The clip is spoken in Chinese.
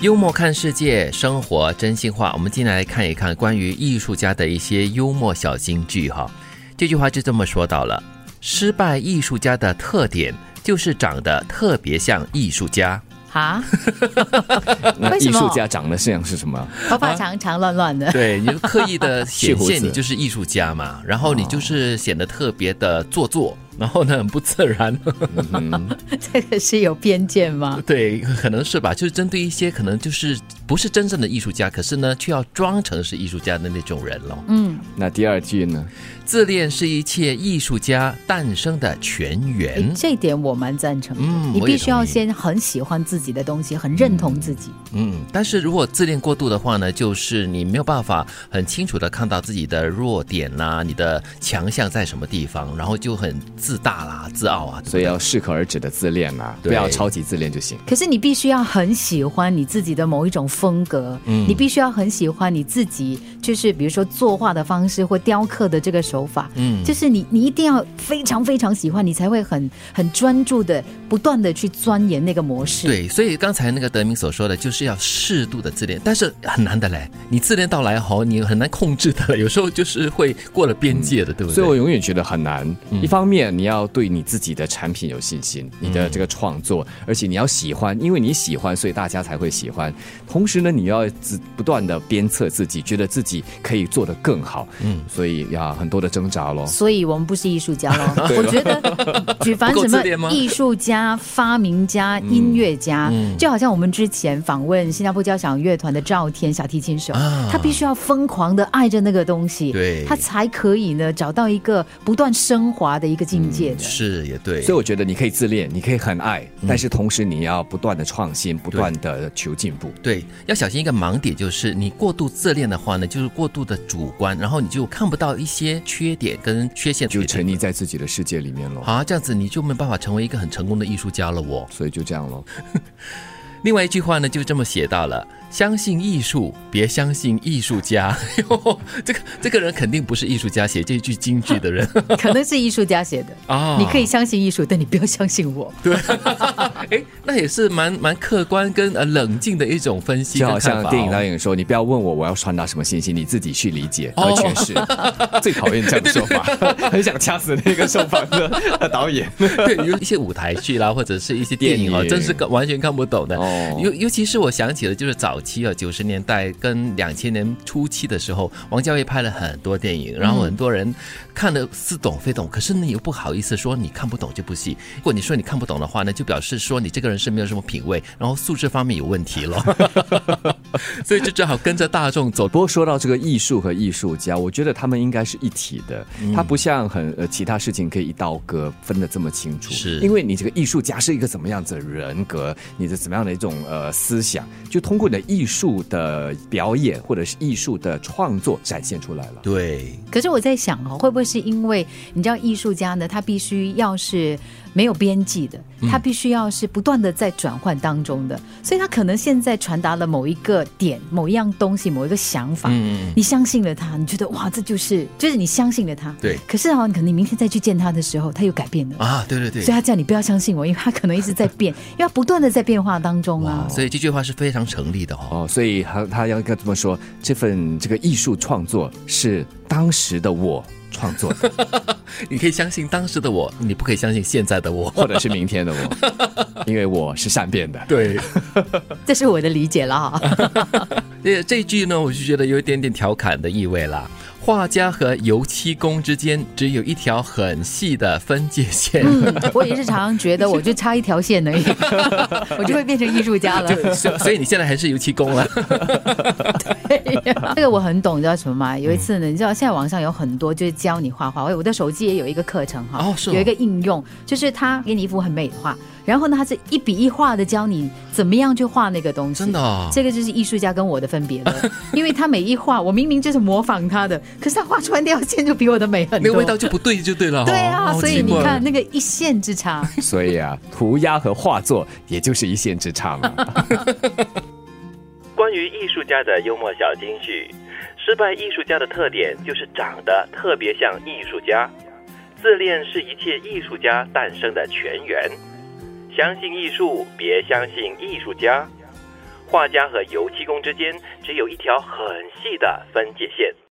幽默看世界，生活真心话。我们进来看一看关于艺术家的一些幽默小金句哈。这句话就这么说到了：失败艺术家的特点就是长得特别像艺术家。啊，那为什艺么术家长得像是什么？头发长长乱乱的，对，你就刻意的显胡现 子你就是艺术家嘛，然后你就是显得特别的做作，然后呢很不自然。 这个是有偏见吗？对，可能是吧，就是针对一些可能就是不是真正的艺术家，可是呢却要装成是艺术家的那种人咯。那第二句呢？自恋是一切艺术家诞生的泉源。嗯这一点我蛮赞成的。嗯你我也必须要同意先很喜欢自己的东西，很认同自己。嗯，但是如果自恋过度的话呢，就是你没有办法很清楚的看到自己的弱点啦、你的强项在什么地方，然后就很自大啦、自傲啊。所以要适可而止的自恋啊，对不要超级自恋就行。可是你必须要很喜欢你自己的某一种风格，嗯你必须要很喜欢你自己，就是比如说作画的方式或雕刻的这个手法，嗯就是你你一定要非常非常喜欢，你才会很很专注的不断的去钻研那个模式。，对，所以刚才那个德明所说的，就是要适度的自恋，但是很难的嘞。你自恋到来吼，你很难控制的，有时候就是会过了边界的，对嗯不对？嗯所以我永远觉得很难。一方面，你要对你自己的产品有信心，嗯你的这个创作，而且你要喜欢，因为你喜欢，所以大家才会喜欢。同时呢，你要自不断的鞭策自己，觉得自己可以做得更好。嗯，所以呀，很多的挣扎咯。所以我们不是艺术家 喽。我觉得举凡啊不够什自恋吗么艺术家、发明家、音乐家，嗯就好像我们之前访问新加坡交响乐团的赵天小提琴手，啊他必须要疯狂的爱着那个东西，对他才可以呢找到一个不断升华的一个境界的。是也对，嗯所以我觉得你可以自恋，你可以很爱，但是同时你要不断的创新，不断的求进步。对，要小心一个盲点，就是你过度自恋的话呢，就是过度的主观，然后你就看不到一些缺点跟缺陷，就沉溺在自己的世界里面咯。好、啊，这样子你就没办法成为一个很成功的艺术家了哦。所以就这样咯。另外一句话呢，就这么写到了：相信艺术，别相信艺术家。 哟，这个这个人肯定不是艺术家写这句金句 的人可能是艺术家写的。嗯啊你可以相信艺术，但你不要相信我。哎，那也是蛮蛮客观跟呃冷静的一种分析就跟好看法哦、像电影导演说：“你不要问我我要传达什么信息，你自己去理解哦和诠释。最讨厌这样的 说法，很想掐死那个受访的导演。对，有一些舞台剧啦，或者是一些电影哦，电影真是个完全看不懂的。哦尤尤其是我想起了，就是早期啊，九十年代跟两千年初期的时候，王家卫拍了很多电影，然后很多人看的似懂非懂，可是呢，你又不好意思说你看不懂这部戏。如果你说你看不懂的话呢，就表示说你这个人是没有什么品味，然后素质方面有问题了， 所以就只好跟着大众走。不过说到这个艺术和艺术家，我觉得他们应该是一体的，嗯它不像很呃其他事情可以一刀割分得这么清楚。是因为你这个艺术家是一个怎么样子的人格，你的怎么样的一种呃思想，就通过你的艺术的表演或者是艺术的创作展现出来了。对，可是我在想哦，会不会是因为你知道艺术家呢，他必须要是没有边际的，他嗯必须要是不断的在转换当中的，所以他可能现在传达了某一个点、某一样东西、某一个想法，嗯，你相信了他，你觉得哇，这就是就是你相信了他，对可是啊，你可能明天再去见他的时候，他又改变了，啊，对对对所以。他叫你不要相信我，因为他可能一直在 变，因为他不断的在变化当中啊哇，。所以这句话是非常成立的哦。哦，所以他他要该这么说，这份这个艺术创作是当时的我创作的，你可以相信当时的我，你不可以相信现在的我。 或者是明天的我，因为我是善变的。对，这是我的理解了哈。这这一句呢，我就觉得有一点点调侃的意味啦。画家和油漆工之间只有一条很细的分界线，嗯，我也是常常觉得，我就差一条线 而已，我就会变成艺术家了。所以所以你现在还是油漆工 了。这个我很懂，你知道什么吗？有一次呢，你知道现在网上有很多就是教你画画，我我的手机也有一个课程哈，哦是吗有一个应用，就是他给你一幅很美的画，然后呢，他是一笔一画的教你怎么样去画那个东西，真的哦这个就是艺术家跟我的分别了，因为他每一画，我明明就是模仿他的，可是他画出来那条线就比我的美很多，那个味道就不对，就对了、哦。对啊，哦所以奇你怪看那个一线之差。所以啊，涂鸦和画作也就是一线之啊差嘛。关于艺术家的幽默小金句，失败艺术家的特点就是长得特别像艺术家，自恋是一切艺术家诞生的泉源，相信艺术，别相信艺术家，画家和油漆工之间只有一条很细的分界线。